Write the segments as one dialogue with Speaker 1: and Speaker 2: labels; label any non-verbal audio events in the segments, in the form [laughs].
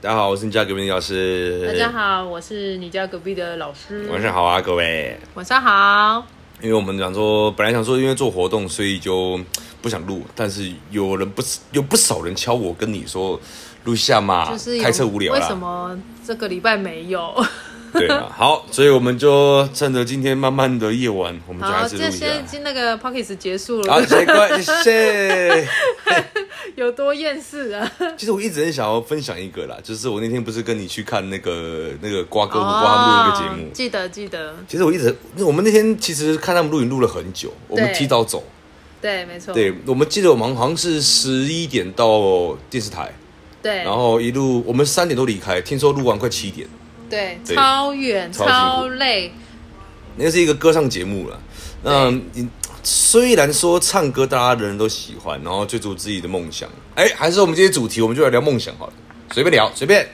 Speaker 1: 大家好，我是你家隔壁的老师。
Speaker 2: 大家，好，我是你家隔壁的老师。
Speaker 1: 晚上好啊，各位。
Speaker 2: 晚上好。
Speaker 1: 因为我们想说，本来想说因为做活动，所以就嗯不想录，但是有人不有不少人敲我，跟你说录一下嘛，
Speaker 2: 就是有
Speaker 1: 啊开车无聊啦
Speaker 2: 为什么这个礼拜没有？
Speaker 1: 对啊，好，所以我们就趁着今天慢慢的夜晚，我们就
Speaker 2: 好，
Speaker 1: 开始录
Speaker 2: 这
Speaker 1: 一下啊
Speaker 2: 些。今那个 p o c k e t 结束
Speaker 1: 好，
Speaker 2: 了，
Speaker 1: 谢谢，谢谢。 [laughs]
Speaker 2: 有多厌世啊？
Speaker 1: 其实我一直很想要分享一个啦，就是我那天不是跟你去看那个那个瓜哥
Speaker 2: 哦
Speaker 1: 和瓜他们录那个节目，
Speaker 2: 记得记得，
Speaker 1: 其实我一直，我们那天其实看他们录影录了很久，我们
Speaker 2: 对
Speaker 1: 提早走。
Speaker 2: 对，没错，
Speaker 1: 对，我们记得我们好像是十一点到电视台，
Speaker 2: 对，
Speaker 1: 然后一路我们三点多离开，听说录完快七点。
Speaker 2: 对，
Speaker 1: 对
Speaker 2: 超远，
Speaker 1: 超辛苦
Speaker 2: 超累，
Speaker 1: 那是一个歌唱节目了。那你虽然说唱歌大家人人都喜欢，然后追逐自己的梦想，哎，还是我们今天主题，我们就来聊梦想好了，随便聊，随便，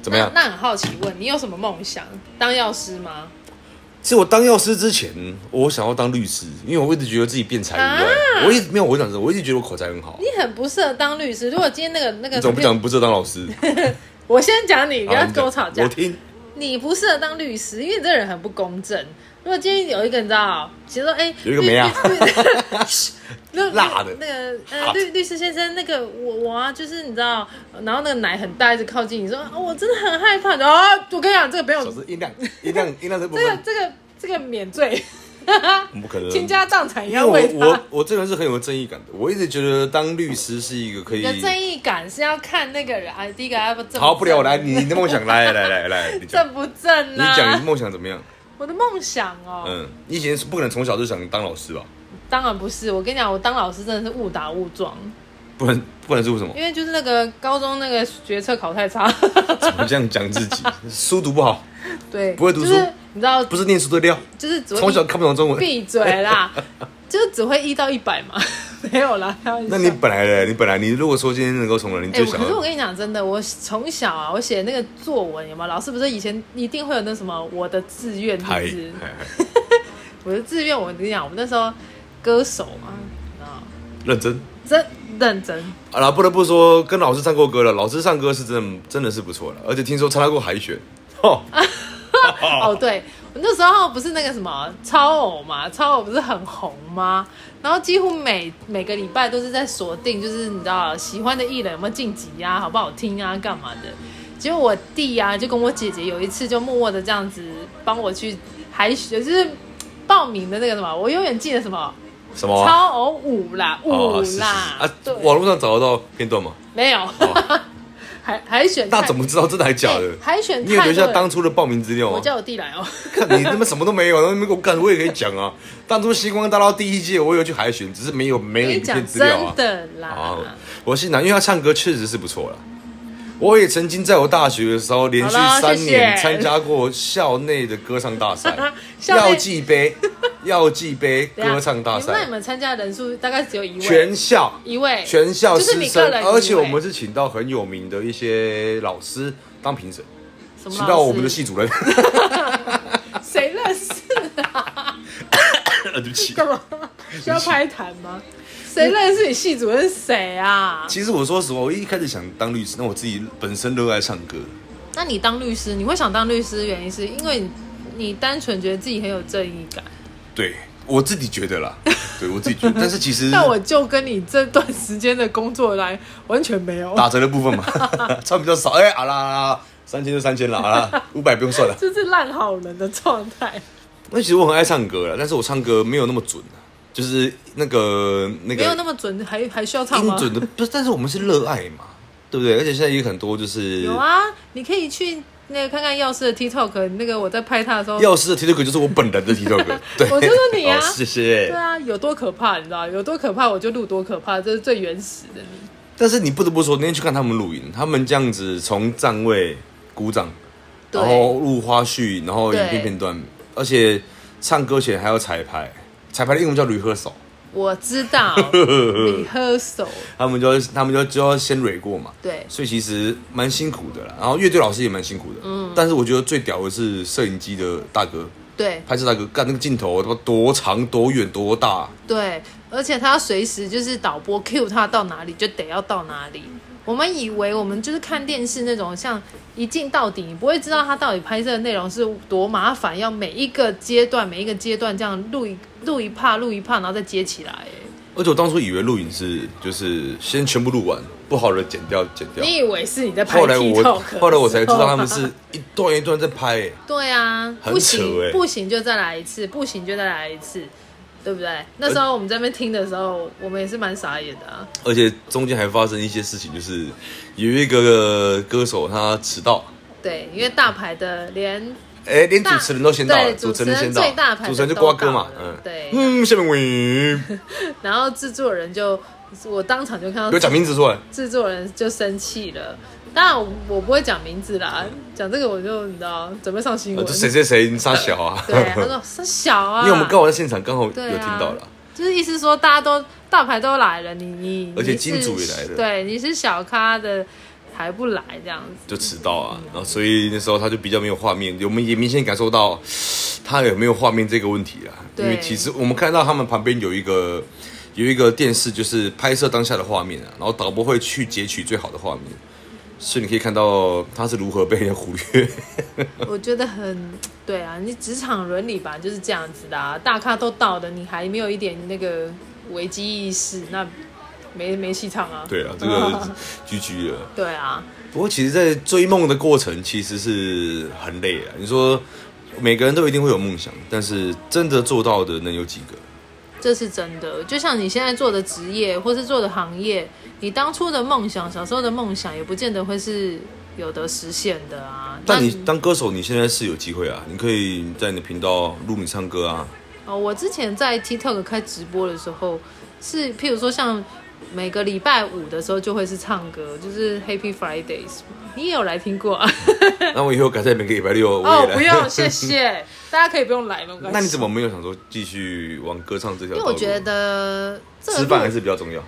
Speaker 1: 怎么样？
Speaker 2: 那那很好奇问，你有什么梦想？当药师吗？
Speaker 1: 其实我当药师之前，我想要当律师，因为我一直觉得自己辩才无
Speaker 2: 啊
Speaker 1: 碍，我一直没有，我讲真的，我一直觉得我口才很好。
Speaker 2: 你很不适合当律师。如果今天那个那个
Speaker 1: 你怎么不讲不适合当老师？
Speaker 2: 我先讲你，不
Speaker 1: 好
Speaker 2: 要
Speaker 1: 你
Speaker 2: 跟
Speaker 1: 讲
Speaker 2: 我吵架
Speaker 1: 我。听，
Speaker 2: 你不适合当律师，因为你这个人很不公正。如果今天有一个你知道，其实说哎，
Speaker 1: 有一个
Speaker 2: 律
Speaker 1: 没啊
Speaker 2: 律律那
Speaker 1: [laughs] 辣的
Speaker 2: 那个呃
Speaker 1: Hot
Speaker 2: 律律师先生，那个我我啊，就是你知道，然后那个奶很大，一直靠近你说，哦我真的很害怕。然后我跟你讲，这个没有，
Speaker 1: 小时音量， [laughs] 音量，音量这部
Speaker 2: 这个
Speaker 1: 分
Speaker 2: 这个这个免罪，
Speaker 1: 不可能。
Speaker 2: 倾家荡产也
Speaker 1: 因为
Speaker 2: 要为
Speaker 1: 我我
Speaker 2: 他。
Speaker 1: 我这个人是很有正义感的，我一直觉得当律师是一个可以
Speaker 2: 你的正义感是要看那个人啊，第一个要不正
Speaker 1: 好，不聊我来，
Speaker 2: 正
Speaker 1: 你你的梦想，来来来来，你讲，
Speaker 2: 正不正
Speaker 1: 你
Speaker 2: 呢、
Speaker 1: 讲你的梦想怎么样？
Speaker 2: 我的梦想哦，
Speaker 1: 嗯，你以前是不可能从小就想当老师吧？
Speaker 2: 当然不是。我跟你讲，我当老师真的是误打误撞，
Speaker 1: 不然不然是为什么？
Speaker 2: 因为就是那个高中那个学测考
Speaker 1: [laughs]
Speaker 2: 太差，
Speaker 1: 怎么这样讲自己？ [laughs] 书读不好，
Speaker 2: 对，
Speaker 1: 不会读书
Speaker 2: 就是你知道，
Speaker 1: 不是念书的料，
Speaker 2: 就是只会
Speaker 1: 从小看不懂中文。
Speaker 2: 闭嘴啦，就是只会一到一百嘛， [laughs] 没有啦，开玩笑
Speaker 1: [laughs] 那你本来的，你本来你如果说今天能够从人，你
Speaker 2: 哎、
Speaker 1: 就
Speaker 2: 我
Speaker 1: 想
Speaker 2: 可是我
Speaker 1: 要
Speaker 2: 跟你讲真的，我从小啊，我写那个作文有没有？老师不是以前一定会有那什么我的志愿，是
Speaker 1: 嗨
Speaker 2: 不是？
Speaker 1: 嗨嗨
Speaker 2: 我的志愿，我跟你讲，我们那时候歌手嘛，你知道，
Speaker 1: 认真。
Speaker 2: 真认真，
Speaker 1: 好了，不得不说，跟老师唱过歌了，老师唱歌是真的真的是不错了，而且听说参加过海选。哦，
Speaker 2: 哦，对，我那时候不是那个什么超偶嘛，超偶不是很红吗？然后几乎每每个礼拜都是在锁定，就是你知道喜欢的艺人有没有晋级啊，好不好听啊，干嘛的。结果我弟啊，就跟我姐姐有一次就默默的这样子帮我去海选，就是报名的那个什么，我永远记得什么
Speaker 1: 什么啊？
Speaker 2: 超偶五啦，五
Speaker 1: 哦是是是
Speaker 2: 啦，
Speaker 1: 啊
Speaker 2: 对，，
Speaker 1: 网络上找得到片段吗？
Speaker 2: 没有， [laughs] 海海选
Speaker 1: 那
Speaker 2: 太
Speaker 1: 怎么知道真的还假
Speaker 2: 哎
Speaker 1: 的？
Speaker 2: 海选
Speaker 1: 你有
Speaker 2: 太
Speaker 1: 留下
Speaker 2: 多了
Speaker 1: 当初的报名资料
Speaker 2: 我
Speaker 1: 吗？
Speaker 2: 叫我弟来哦。
Speaker 1: [laughs] 看你他妈什么都没有，那边给我干，我也可以讲啊。当初星光大道第一届，我有去海选，只是没有没有
Speaker 2: 跟你
Speaker 1: 影
Speaker 2: 讲
Speaker 1: 片资料啊
Speaker 2: 真。的啦，
Speaker 1: 啊，我欣赏，因为他唱歌确实是不错啦。我也曾经在我大学的时候，连续
Speaker 2: 好了
Speaker 1: 三
Speaker 2: 谢谢，
Speaker 1: 年参加过校内的歌唱大赛
Speaker 2: [laughs] 校内
Speaker 1: 药剂杯、药剂
Speaker 2: [laughs]
Speaker 1: 杯
Speaker 2: 等一下
Speaker 1: 歌唱大
Speaker 2: 啊你们那
Speaker 1: 赛
Speaker 2: 你，们参加的人数大概只有一位，
Speaker 1: 全校
Speaker 2: 一位，
Speaker 1: 全校
Speaker 2: 哎就是
Speaker 1: 师
Speaker 2: 你
Speaker 1: 生
Speaker 2: 个，人一位，
Speaker 1: 而且我们是请到很有名的一些老师当评审，
Speaker 2: 什么
Speaker 1: 请
Speaker 2: 老
Speaker 1: 到
Speaker 2: 师
Speaker 1: 我们的系主任。
Speaker 2: [laughs] 谁认识
Speaker 1: [laughs]
Speaker 2: 啊？
Speaker 1: 呃对不起。
Speaker 2: 干嘛需要拍谈吗？谁认识你系主任是谁啊？
Speaker 1: 其实我说实话，我一开始想当律师，那我自己本身热爱唱歌，
Speaker 2: 那你当律师，你会想当律师，原因是因为你你单纯觉得自己很有正义感。
Speaker 1: 嗯对我自己觉得啦，对我自己觉得，但是
Speaker 2: [laughs]
Speaker 1: 其实
Speaker 2: 但我就跟你这段时间的工作来完全没有，
Speaker 1: 打折的部分嘛， [laughs] 唱比较少，哎、好啦好啦好啦，三千就三千啦，好啦，五百不用算了。
Speaker 2: 这是烂好人的状态。
Speaker 1: 那其实我很爱唱歌了，但是我唱歌没有那么准啊，就是那个那
Speaker 2: 没有那
Speaker 1: 个
Speaker 2: 么准，还还需要唱吗
Speaker 1: 音？准的，不是，但是我们是热爱嘛，对不对？而且现在也很多就是
Speaker 2: 有啊，你可以去那个看看药师的 TikTok，那个我在拍他的时候，
Speaker 1: 药师的 TikTok 就是我本人的 [laughs] TikTok，对，
Speaker 2: 我就是你啊
Speaker 1: 哦谢谢。
Speaker 2: 对啊，有多可怕，你知道？有多可怕，我就录多可怕，这是最原始的你。
Speaker 1: 但是你不得不说，那天去看他们录影，他们这样子从站位鼓掌，
Speaker 2: 对
Speaker 1: 然后录花絮，然后影
Speaker 2: 对
Speaker 1: 片片段，而且唱歌前还要彩排，彩排的英文叫 rehearsal，
Speaker 2: 我知
Speaker 1: [laughs]
Speaker 2: 道 rehearsal，
Speaker 1: 他们就他们就就要先蕊过嘛，
Speaker 2: 对
Speaker 1: 所以其实蛮辛苦的啦。然后乐队老师也蛮辛苦的，嗯，但是我觉得最屌的是摄影机的大哥，
Speaker 2: 对
Speaker 1: 拍摄大哥干那个镜头他妈多长多远多大，
Speaker 2: 对，而且他随时就是导播 cue 他到哪里就得要到哪里，我们以为我们就是看电视那种，像一镜到底，你不会知道他到底拍摄的内容是多麻烦，要每一个阶段每一个阶段这样录一录一帕录一帕，然后再接起来。
Speaker 1: 而且我当初以为录影是就是先全部录完，不好的剪掉剪掉。
Speaker 2: 你以为是你在拍
Speaker 1: 后来
Speaker 2: TikTok？
Speaker 1: 我
Speaker 2: 的时候
Speaker 1: 后来我才知道他们是一段一段在拍、欸
Speaker 2: 对啊，
Speaker 1: 很
Speaker 2: 不
Speaker 1: 扯
Speaker 2: 行、
Speaker 1: 欸
Speaker 2: 不行就再来一次，不行就再来一次，对不对？那时候我们在那边听的时候，我们也是蛮傻眼的啊。
Speaker 1: 而且中间还发生一些事情，就是有一个歌手他迟到，
Speaker 2: 对，因为大牌的连
Speaker 1: 哎、连主
Speaker 2: 大
Speaker 1: 持人都先到了，
Speaker 2: 对主
Speaker 1: 持人先到，
Speaker 2: 最大牌的
Speaker 1: 主持人就
Speaker 2: 都
Speaker 1: 瓜哥
Speaker 2: 到
Speaker 1: 嘛
Speaker 2: 了，
Speaker 1: 嗯，
Speaker 2: 对
Speaker 1: 嗯，下面喂，
Speaker 2: 然后制作人就，我当场就看
Speaker 1: 给我
Speaker 2: 到
Speaker 1: 讲名字出来，
Speaker 2: 制作人就生气了。当然我我不会讲名字啦，讲这个我就你知道准备上新
Speaker 1: 呃
Speaker 2: 闻
Speaker 1: 这。谁谁谁你傻小啊，
Speaker 2: 对，他说是小啊，
Speaker 1: [laughs] 因为我们刚好在现场，刚好有
Speaker 2: 对
Speaker 1: 听
Speaker 2: 啊
Speaker 1: 到了，
Speaker 2: 就是意思说大家都大牌都来了，你你
Speaker 1: 而且
Speaker 2: 你是
Speaker 1: 金主也来了
Speaker 2: 对，你是小咖的还不来这样子，
Speaker 1: 就迟到啊，然后所以那时候他就比较没有画面，我们也明显感受到他有没有画面这个问题啦，因
Speaker 2: 对
Speaker 1: 为其实我们看到他们旁边有一个有一个电视，就是拍摄当下的画面啊，然后导播会去截取最好的画面。啊所以你可以看到他是如何被人忽略，
Speaker 2: 我觉得很对啊，你职场伦理吧就是这样子的啊，大咖都到的，你还没有一点那个危机意识，那没没戏唱啊。
Speaker 1: 对啊，这个居居了。
Speaker 2: 对啊，
Speaker 1: 不过其实，在追梦的过程其实是很累啊。你说每个人都一定会有梦想，但是真的做到的能有几个？
Speaker 2: 这是真的。就像你现在做的职业或是做的行业，你当初的梦想、小时候的梦想，也不见得会是有的实现的啊。
Speaker 1: 但你
Speaker 2: 那
Speaker 1: 当歌手，你现在是有机会啊，你可以在你的频道录你唱歌
Speaker 2: [laughs]
Speaker 1: 啊。
Speaker 2: 哦，我之前在 TikTok 开直播的时候，是譬如说像每个礼拜五的时候就会是唱歌，就是 Happy Fridays，你也有来听过啊？
Speaker 1: 那我以后改在每个礼拜六我
Speaker 2: 哦
Speaker 1: 也，来。
Speaker 2: 不用，谢谢，大家可以不用来，没关
Speaker 1: [laughs]
Speaker 2: 系。
Speaker 1: 那你怎么？没有想说继续往歌唱这条
Speaker 2: 因
Speaker 1: 道
Speaker 2: 为
Speaker 1: 路？
Speaker 2: 我觉得这
Speaker 1: 吃
Speaker 2: 个
Speaker 1: 饭还
Speaker 2: 路
Speaker 1: 是比较重要。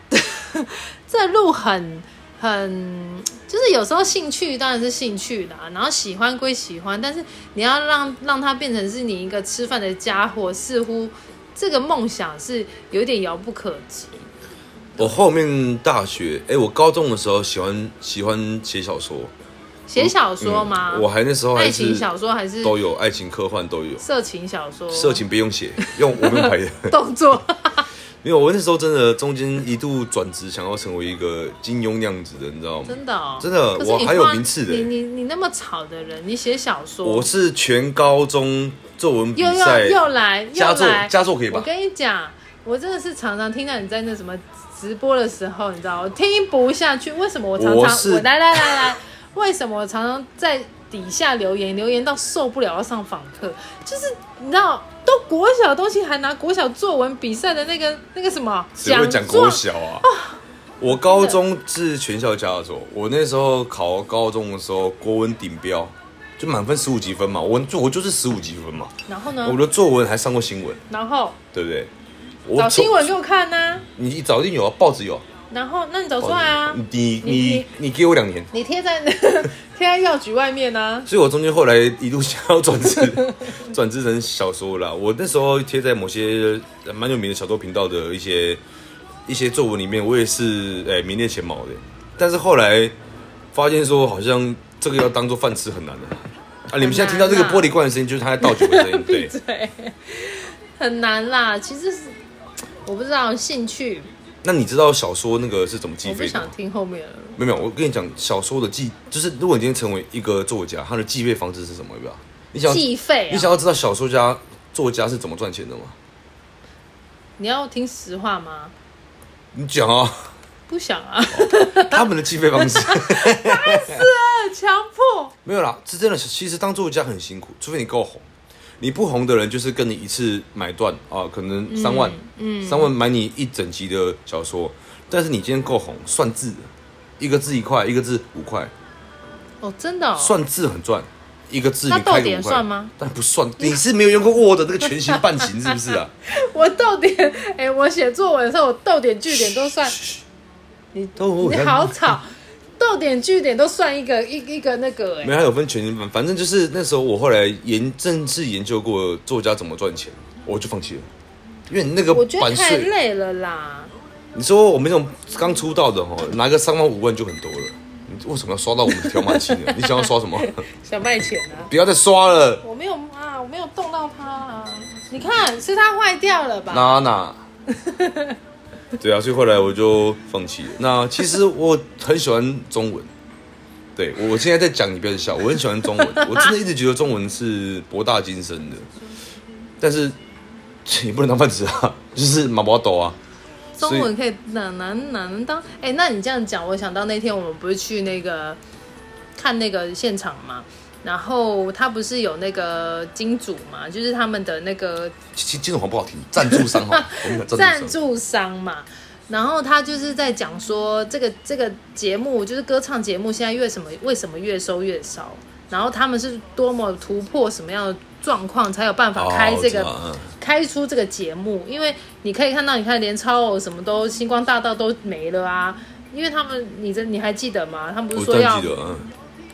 Speaker 2: 这路很很，就是有时候兴趣当然是兴趣啦，然后喜欢归喜欢，但是你要让让它变成是你一个吃饭的家伙，似乎这个梦想是有点遥不可及。
Speaker 1: 我后面大学，哎、我高中的时候喜欢喜欢写小说，
Speaker 2: 写小说
Speaker 1: 嗯
Speaker 2: 吗？
Speaker 1: 我还那时候还
Speaker 2: 爱
Speaker 1: 是
Speaker 2: 情小说还是
Speaker 1: 都有，爱情科幻都有，
Speaker 2: 色情小说？
Speaker 1: 色情不用写，用我们拍
Speaker 2: [laughs]
Speaker 1: 的。
Speaker 2: 动
Speaker 1: [laughs]
Speaker 2: 作
Speaker 1: 没有，我那时候真的中间一度转职，想要成为一个金庸那样子的，你知道吗？
Speaker 2: 真的、哦，
Speaker 1: 真的
Speaker 2: 可是
Speaker 1: 我
Speaker 2: 你
Speaker 1: 还有
Speaker 2: 画
Speaker 1: 名次的欸
Speaker 2: 你你你那么吵的人，你写小说，
Speaker 1: 我是全高中作文比
Speaker 2: 又又
Speaker 1: 赛
Speaker 2: 又来
Speaker 1: 佳
Speaker 2: 又
Speaker 1: 作，
Speaker 2: 来。
Speaker 1: 佳作可以
Speaker 2: 我
Speaker 1: 吧？
Speaker 2: 跟你讲，我真的是常常听到你在那什么直播的时候，你知道，我听不下去。为什么我常常
Speaker 1: 我是
Speaker 2: 来来来来，为什么我常常在底下留言，留言到受不了要上访课？就是你知道，都国小的东西还拿国小作文比赛的那个那个什么
Speaker 1: 谁会讲
Speaker 2: 座哦
Speaker 1: 国小啊？我高中是全校佳作，我那时候考高中的时候，国文顶标，就满分十五几分嘛，我就我就是十五几分嘛，
Speaker 2: 然后呢
Speaker 1: 我？的作文还上过新闻，
Speaker 2: 然后
Speaker 1: 对不对？我
Speaker 2: 找
Speaker 1: 从
Speaker 2: 新闻给我看呐、
Speaker 1: 你早一定有啊，报纸有啊，
Speaker 2: 然后那你找出来啊，
Speaker 1: 哦你
Speaker 2: 你
Speaker 1: 你你给我两年，
Speaker 2: 你贴在 [laughs] 贴在药局外面啊呢、
Speaker 1: 所以我中间后来一度想要转职， [laughs] 转职成小说啦。我那时候贴在某些呃蛮有名的小说频道的一些一些作文里面，我也是诶、名列前茅的。但是后来发现说，好像这个要当做饭吃很难的啊。你们现在听到这个玻璃罐的声音，就是他在倒酒的声
Speaker 2: [laughs]
Speaker 1: 音。对
Speaker 2: 闭，嘴，很难啦。其实是我不知道兴趣，
Speaker 1: 那你知道小说那个是怎么
Speaker 2: 我
Speaker 1: 计
Speaker 2: 不
Speaker 1: 费的
Speaker 2: 想
Speaker 1: 吗？
Speaker 2: 听后面了。
Speaker 1: 没有，没有，我跟你讲，小说的计就是，如果你今天成为一个作家，他的计费方式是什么？要不要？你想要
Speaker 2: 计费
Speaker 1: 你
Speaker 2: 啊
Speaker 1: 想！要知道小说家作家是怎么赚钱的吗？
Speaker 2: 你要听实话吗？
Speaker 1: 你讲啊。 [laughs]
Speaker 2: 不想啊，
Speaker 1: 哦他们的计费方式
Speaker 2: [laughs]
Speaker 1: [laughs]
Speaker 2: 强迫。
Speaker 1: 没有啦，是真的。其实当作家很辛苦，除非你够红。你不红的人，就是跟你一次买断啊，可能三万，嗯，三万买你一整集的小说。但是你今天够红，算字的，一个字一块，一个字五块，
Speaker 2: 哦，真的、哦，
Speaker 1: 算字很赚。一个字
Speaker 2: 那
Speaker 1: 你开
Speaker 2: 逗
Speaker 1: 个五
Speaker 2: 点
Speaker 1: 块，
Speaker 2: 算吗
Speaker 1: 但不算，你是没有用过 Word 这个全形半形是不是
Speaker 2: [laughs]
Speaker 1: 啊？
Speaker 2: 我逗点， [laughs] 哎、我写作文的时候，我逗点句点都算。你
Speaker 1: 逗
Speaker 2: 你
Speaker 1: 点
Speaker 2: 好吵，逗点句点都算一个一一个那个哎、
Speaker 1: 没有，它有分全形半，反正就是那时候我后来研正式研究过作家怎么赚钱，我就放弃了，因为那个
Speaker 2: 我觉得
Speaker 1: 版
Speaker 2: 太
Speaker 1: 税
Speaker 2: 累了啦。
Speaker 1: 你说我们这种刚出道的哈，拿个三万五万就很多了，你为什么要刷到我们的条码器呢？你想要刷什么？ [laughs]
Speaker 2: 想卖钱啊？
Speaker 1: 不要再刷了，
Speaker 2: 我没有啊，我没有动到它啊。你看，是它坏掉了吧？
Speaker 1: 娜娜。 [laughs] 对啊，所以后来我就放弃了。那其实我很喜欢中文，对我我现在在讲，你不要笑，我很喜欢中文，我真的一直觉得中文是博大精深的，但是也不能当饭吃啊，就是马毛抖啊。
Speaker 2: 中文可以哪哪哪能当？哎、那你这样讲，我想到那天我们不是去那个看那个现场嘛，然后他不是有那个金主嘛，就是他们的那个
Speaker 1: 金金融好不好听？赞助商好，我们讲
Speaker 2: 赞
Speaker 1: 赞助商。
Speaker 2: 助商嘛。然后他就是在讲说，这个这个节目就是歌唱节目，现在越什么为什么越收越少？然后他们是多么突破什么样的状况，才有办法开这个、
Speaker 1: 哦我知道
Speaker 2: 开出这个节目？因为你可以看到，你看连超偶什么都星光大道都没了啊，因为他们你这你还记得吗？他们
Speaker 1: 嗯
Speaker 2: 不是
Speaker 1: 我
Speaker 2: 说
Speaker 1: 真
Speaker 2: 要
Speaker 1: 记得，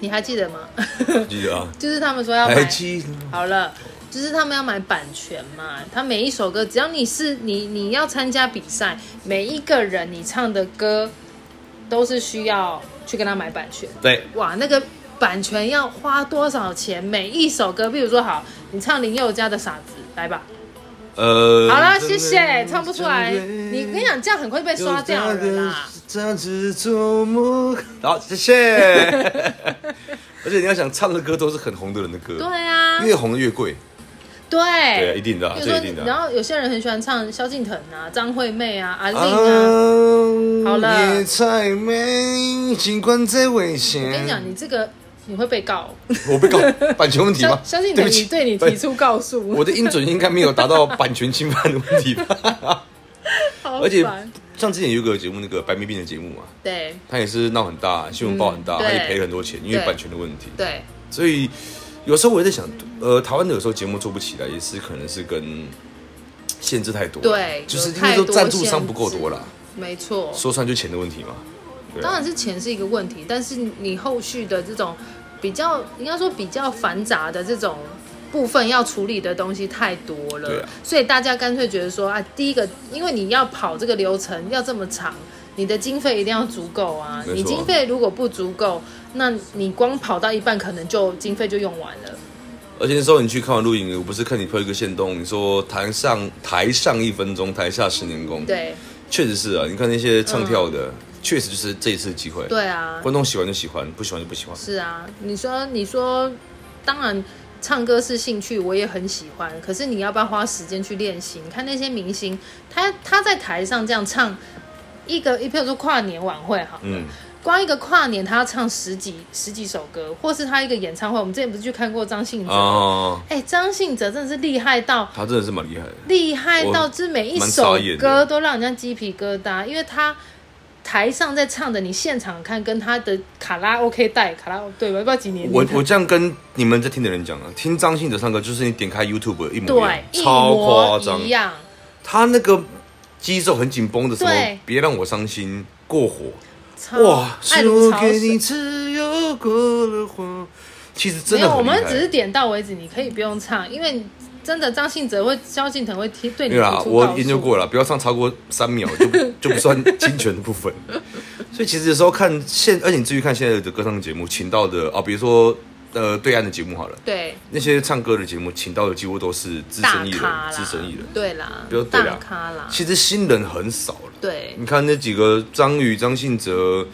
Speaker 2: 你还记得吗？ [laughs]
Speaker 1: 嗯记得啊，
Speaker 2: 就是他们说要
Speaker 1: 还
Speaker 2: 买
Speaker 1: 记得。
Speaker 2: 好了，就是他们要买版权嘛。他每一首歌，只要你是你你要参加比赛，每一个人你唱的歌都是需要去跟他买版权。
Speaker 1: 对，
Speaker 2: 哇，那个版权要花多少钱？每一首歌，比如说好，你唱林宥嘉的《傻子》，来吧。
Speaker 1: 呃，
Speaker 2: 好了，谢谢，唱不出来。你跟你讲，这样很快就被刷掉啊了啦。。
Speaker 1: 这样子琢磨，好，谢
Speaker 2: [laughs]
Speaker 1: 谢。而且你要想，唱的歌都是很红的人的歌，
Speaker 2: 对啊，
Speaker 1: 越红的越贵，
Speaker 2: 对，
Speaker 1: 对啊，一定的啊，
Speaker 2: 比如
Speaker 1: 这
Speaker 2: 说
Speaker 1: 一定的，
Speaker 2: 然
Speaker 1: 啊。
Speaker 2: 后有些人很喜欢唱萧敬腾啊、张惠妹啊、阿令啊。
Speaker 1: 啊
Speaker 2: 好了
Speaker 1: 野菜美，尽管再危险。
Speaker 2: 我跟你讲，你这个你会被告。
Speaker 1: 我被告版权问题吗
Speaker 2: 相？相信
Speaker 1: 对
Speaker 2: 你
Speaker 1: 不起，
Speaker 2: 对你提出告诉，
Speaker 1: 我的音准应该没有达到版权侵犯的问题
Speaker 2: [laughs]
Speaker 1: 吧？
Speaker 2: 好
Speaker 1: 而且
Speaker 2: 烦
Speaker 1: 像之前有一个节目，那个白冰冰的节目嘛，
Speaker 2: 对
Speaker 1: 他也是闹很大，新闻报很大，
Speaker 2: 嗯
Speaker 1: 他也
Speaker 2: 对
Speaker 1: 赔了很多钱，因为
Speaker 2: 对
Speaker 1: 版权的问题。
Speaker 2: 对
Speaker 1: 所以有时候我也在想，呃，台湾的有时候节目做不起来，也是可能是跟限制太多了，
Speaker 2: 对
Speaker 1: 就是
Speaker 2: 有
Speaker 1: 因为
Speaker 2: 太
Speaker 1: 说
Speaker 2: 多
Speaker 1: 赞助商不够多啦，
Speaker 2: 没错，
Speaker 1: 说穿就钱的问题嘛。对啊
Speaker 2: 当然是钱是一个问题，但是你后续的这种比较，应该说比较繁杂的这种。部分要处理的东西太多
Speaker 1: 对
Speaker 2: 了，
Speaker 1: 啊
Speaker 2: 所以大家干脆觉得说啊，第一个，因为你要跑这个流程要这么长，你的经费一定要足够啊。
Speaker 1: 没错
Speaker 2: 你经费如果不足够，那你光跑到一半，可能就经费就用完了。
Speaker 1: 而且那时候你去看完录影，我不是看你拍一个线动，你说台上台上一分钟，台下十年功，，
Speaker 2: 对，嗯
Speaker 1: 确实是啊。你看那些唱跳的，确实就是这一次的机会，
Speaker 2: 对啊，
Speaker 1: 观众喜欢就喜欢，不喜欢就不喜欢。
Speaker 2: 是啊，你说你说，当然唱歌是兴趣，我也很喜欢。可是你要不要花时间去练习？你看那些明星，他他在台上这样唱一个，一譬如说跨年晚会哈，
Speaker 1: 嗯，
Speaker 2: 光一个跨年他要唱十几十几首歌，或是他一个演唱会，我们之前不是去看过张信哲？
Speaker 1: 哦，
Speaker 2: 哎、张信哲真的是厉害到
Speaker 1: 他真的是蛮厉害的。
Speaker 2: 厉害到，
Speaker 1: 我
Speaker 2: 就是每一
Speaker 1: 蛮
Speaker 2: 首
Speaker 1: 傻眼的
Speaker 2: 歌都让人家鸡皮疙瘩，因为他台上在唱的，你现场看跟他的卡拉 OK 带卡拉对吧？不知道几年
Speaker 1: 我
Speaker 2: 龄
Speaker 1: 我这样跟你们在听的人讲啊，听张信哲唱歌就是你点开 YouTube 一模一样
Speaker 2: 对，一
Speaker 1: 超夸
Speaker 2: 模
Speaker 1: 张
Speaker 2: 一，样，
Speaker 1: 他那个肌肉很紧绷的什么
Speaker 2: 对，
Speaker 1: 别让我伤心，过火，
Speaker 2: 超
Speaker 1: 哇，
Speaker 2: 爱
Speaker 1: 是
Speaker 2: 如
Speaker 1: 我
Speaker 2: 潮
Speaker 1: 给你
Speaker 2: 水。
Speaker 1: 自由过了火，其实真
Speaker 2: 没
Speaker 1: 的
Speaker 2: 有，我
Speaker 1: 很厉
Speaker 2: 们
Speaker 1: 害
Speaker 2: 只是点到为止，你可以不用唱，因为真的张信哲会、萧敬腾会提对你
Speaker 1: 没有啦，
Speaker 2: 提出
Speaker 1: 啊我
Speaker 2: 告
Speaker 1: 研究
Speaker 2: 诉
Speaker 1: 过了，不要唱超过三秒就不就不算侵权的部
Speaker 2: [laughs]
Speaker 1: 分。所以其实有时候看现，而且你至于看现在的歌唱节目，请到的啊，比如说呃对岸的节目好了，
Speaker 2: 对
Speaker 1: 那些唱歌的节目，请到的几乎都是资
Speaker 2: 大
Speaker 1: 深艺人
Speaker 2: 咖啦，，
Speaker 1: 资深艺人。
Speaker 2: 对啦，
Speaker 1: 不要对
Speaker 2: 大
Speaker 1: 啦
Speaker 2: 咖啦，
Speaker 1: 其实新人很少了。
Speaker 2: 对
Speaker 1: 你看那几个张宇、张信哲，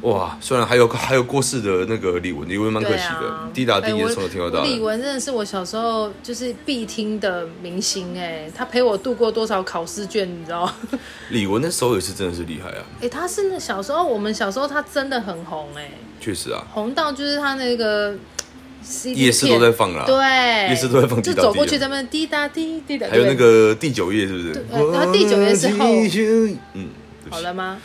Speaker 1: 哇，虽然还有还有过世的那个李玟，李玟蛮可
Speaker 2: 对
Speaker 1: 惜的
Speaker 2: 啊，，
Speaker 1: 滴答
Speaker 2: 哎
Speaker 1: 滴也
Speaker 2: 我
Speaker 1: 从头听到大
Speaker 2: 我李
Speaker 1: 的。
Speaker 2: 玟真的是我小时候就是必听的明星哎、他陪我度过多少考试卷，你知道？
Speaker 1: 李玟那时候也是真的是厉害啊，
Speaker 2: [laughs] 哎、他是那小时候我们小时候他真的很红哎、
Speaker 1: 确实啊，
Speaker 2: 红到就是他那个 CD
Speaker 1: 夜市
Speaker 2: 片
Speaker 1: 都在放啦，
Speaker 2: 对，
Speaker 1: 夜市啊都在放滴
Speaker 2: 就
Speaker 1: 答
Speaker 2: 走过
Speaker 1: 滴
Speaker 2: 去
Speaker 1: 啊。
Speaker 2: 咱们滴答滴滴答，
Speaker 1: 还有
Speaker 2: 对
Speaker 1: 那个第九页是不是？
Speaker 2: 呃然后第九页是后
Speaker 1: 第九页嗯，对不
Speaker 2: 好
Speaker 1: 起。
Speaker 2: 了吗？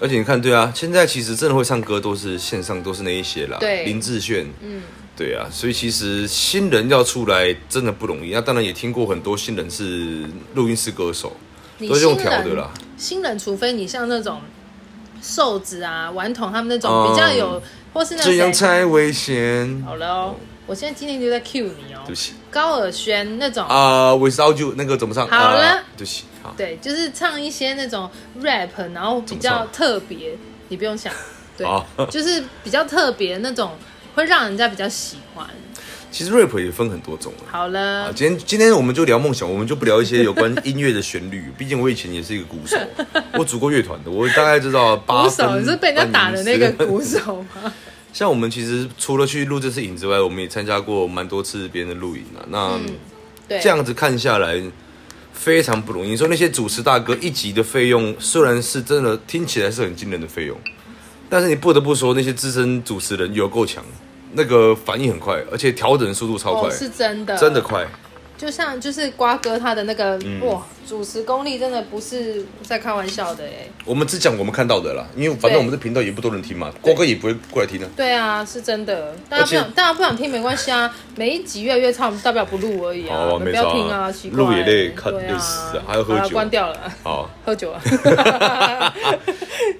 Speaker 1: 而且你看，对啊，现在其实真的会唱歌都是线上，都是那一些啦。
Speaker 2: 对
Speaker 1: 林志炫，
Speaker 2: 嗯，
Speaker 1: 对啊，所以其实新人要出来真的不容易。那当然也听过很多新人是录音室歌手，
Speaker 2: 你
Speaker 1: 都是用
Speaker 2: 新
Speaker 1: 调的
Speaker 2: 人
Speaker 1: 啦。
Speaker 2: 新人，除非你像那种瘦子啊、顽童他们那种
Speaker 1: 嗯
Speaker 2: 比较有，或是那
Speaker 1: 这样
Speaker 2: 谁，
Speaker 1: 才危险。
Speaker 2: 好了哦，我现在今天就在 cue 你哦
Speaker 1: 对不。起，
Speaker 2: 高尔宣那种，
Speaker 1: 啊、w i t h o u t You 那个怎么唱？
Speaker 2: 好了
Speaker 1: 啊对不起，好，
Speaker 2: 对，就是唱一些那种 rap，然后比
Speaker 1: 怎么
Speaker 2: 较
Speaker 1: 唱
Speaker 2: 特别，你不用想，对
Speaker 1: 哦，
Speaker 2: 就是比较特别那种，会让人家比较喜欢。
Speaker 1: 其实 rap 也分很多种啊。
Speaker 2: 好了
Speaker 1: 啊，，今天今天我们就聊梦想，我们就不聊一些有关音乐的旋律。 [laughs] 毕竟我以前也是一个鼓手，我组过乐团的，我大概知道八
Speaker 2: 鼓
Speaker 1: 分
Speaker 2: 手你是被人
Speaker 1: 啊
Speaker 2: 家打的那
Speaker 1: 半
Speaker 2: 个
Speaker 1: 音之类
Speaker 2: 鼓手吗？ [laughs]
Speaker 1: 像我们其实除了去录这次影之外，我们也参加过蛮多次别人的录影啊。那、
Speaker 2: 嗯对，
Speaker 1: 这样子看下来非常不容易。你说那些主持大哥一集的费用，虽然是真的听起来是很惊人的费用，但是你不得不说那些资深主持人有够强，那个反应很快，而且调整速度超快，
Speaker 2: 哦，是真的，
Speaker 1: 真的嗯快。
Speaker 2: 就像就是瓜哥他的那个、哇，主持功力真的不是在开玩笑的哎。
Speaker 1: 我们只讲我们看到的啦，因为反正我们的频道也不多人听嘛，郭哥也不会过来听
Speaker 2: [laughs]
Speaker 1: 啊。
Speaker 2: 对啊，是真的。大家不
Speaker 1: 而且
Speaker 2: 想，大家不想听没关系啊。每一集越来越差，我们大不了不录而已啊。
Speaker 1: 好啊
Speaker 2: 你们不
Speaker 1: 没差啊
Speaker 2: 要听啊，奇怪、
Speaker 1: 录也累看
Speaker 2: 对
Speaker 1: 累
Speaker 2: 啊
Speaker 1: 死啊还要喝
Speaker 2: 好啦
Speaker 1: 酒
Speaker 2: 关掉了，
Speaker 1: 好，
Speaker 2: 喝酒啊了。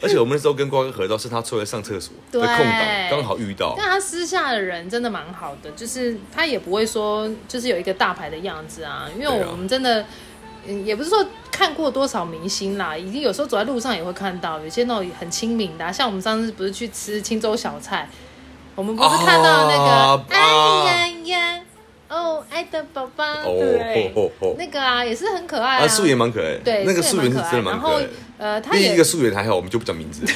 Speaker 1: 而且我们那时候跟瓜哥合照，是他出来上厕所的
Speaker 2: 对
Speaker 1: 空档，刚好遇到。
Speaker 2: 但他私下的人真的蛮好的，就是他也不会说就是有一个大牌的样子啊，因为
Speaker 1: 对啊
Speaker 2: 我们真的。嗯，也不是说看过多少明星啦，已经有时候走在路上也会看到，有些那种很亲民的啊、像我们上次不是去吃青州小菜，我们不是看到那个、
Speaker 1: 啊啊
Speaker 2: 哎呀呀，哦，爱的宝宝，
Speaker 1: 哦
Speaker 2: 对
Speaker 1: 吼吼吼
Speaker 2: 那个啊也是很可爱啊，
Speaker 1: 啊，素颜蛮可爱，
Speaker 2: 对，
Speaker 1: 那个
Speaker 2: 素
Speaker 1: 素颜是
Speaker 2: 可
Speaker 1: 真的
Speaker 2: 爱
Speaker 1: 蛮
Speaker 2: 然
Speaker 1: 可
Speaker 2: 后
Speaker 1: 爱的。
Speaker 2: 呃，他
Speaker 1: 第
Speaker 2: 也
Speaker 1: 一个素颜还好，我们就不讲
Speaker 2: [laughs]
Speaker 1: 名字。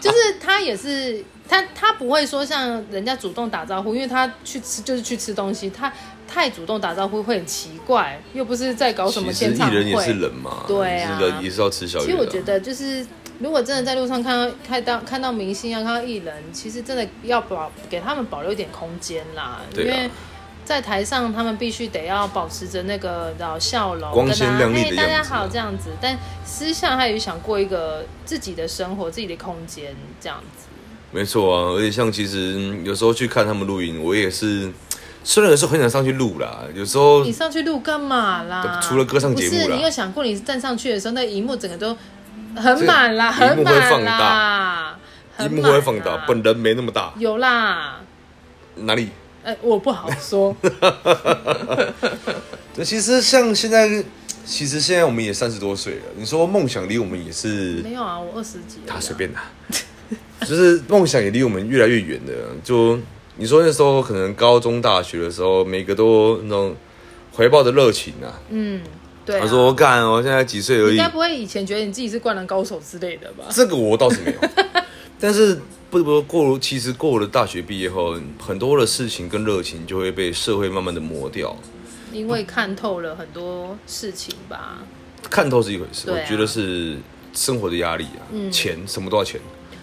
Speaker 2: 就是他也是他他不会说像人家主动打招呼，因为他去吃就是去吃东西，他太主动打招呼会很奇怪，又不是在搞什么
Speaker 1: 其实
Speaker 2: 现场
Speaker 1: 艺人也是
Speaker 2: 会。
Speaker 1: 人嘛，
Speaker 2: 对啊
Speaker 1: 是人也是要吃宵夜的
Speaker 2: 其
Speaker 1: 啊。
Speaker 2: 实我觉得就是。如果真的在路上看到看到看到明星啊，看到艺人，其实真的要保给他们保留一点空间啦，因
Speaker 1: 对啊
Speaker 2: 为在台上他们必须得要保持着那个然后笑容，
Speaker 1: 光鲜亮丽的
Speaker 2: 跟大家嘿大
Speaker 1: 样
Speaker 2: 家
Speaker 1: 子啊
Speaker 2: 好这样子。但私下他也想过一个自己的生活、自己的空间这样子。
Speaker 1: 没错啊，而且像其实嗯有时候去看他们录音，我也是，虽然有时候很想上去录啦，有时候
Speaker 2: 你上去录干嘛啦？
Speaker 1: 除了歌唱节目啦
Speaker 2: 不是，你有想过你站上去的时候，那荧幕整个都很满啦，
Speaker 1: 这个
Speaker 2: 很
Speaker 1: 荧幕会
Speaker 2: 满
Speaker 1: 放
Speaker 2: 啦，
Speaker 1: 荧
Speaker 2: 很啊
Speaker 1: 幕
Speaker 2: 满
Speaker 1: 会放大
Speaker 2: 啦，
Speaker 1: 本人没那么大，
Speaker 2: 有啦。
Speaker 1: 哪里？
Speaker 2: 哎、我不好
Speaker 1: [laughs]
Speaker 2: 说，
Speaker 1: 那其实像现在，其实现在我们也三十多岁了，你说梦想离我们也是
Speaker 2: 没有啊，我二十几了。
Speaker 1: 他随便啦， [laughs] 就是梦想也离我们越来越远的。就你说那时候可能高中、大学的时候，每个都那种回报的热情啊。
Speaker 2: 嗯，对、啊。
Speaker 1: 他说：“干，我现在几岁而已
Speaker 2: 你应，该不会以前觉得你自己是灌篮高手之类的吧？
Speaker 1: 这个我倒是没有。
Speaker 2: [laughs]
Speaker 1: 但是不得不过了，其实过了大学毕业后，很多的事情跟热情就会被社会慢慢的磨掉。
Speaker 2: 因为看透了很多事情吧。
Speaker 1: 看透是一回事，
Speaker 2: 对啊嗯
Speaker 1: 我觉得是生活的压力啊，钱什么都要钱。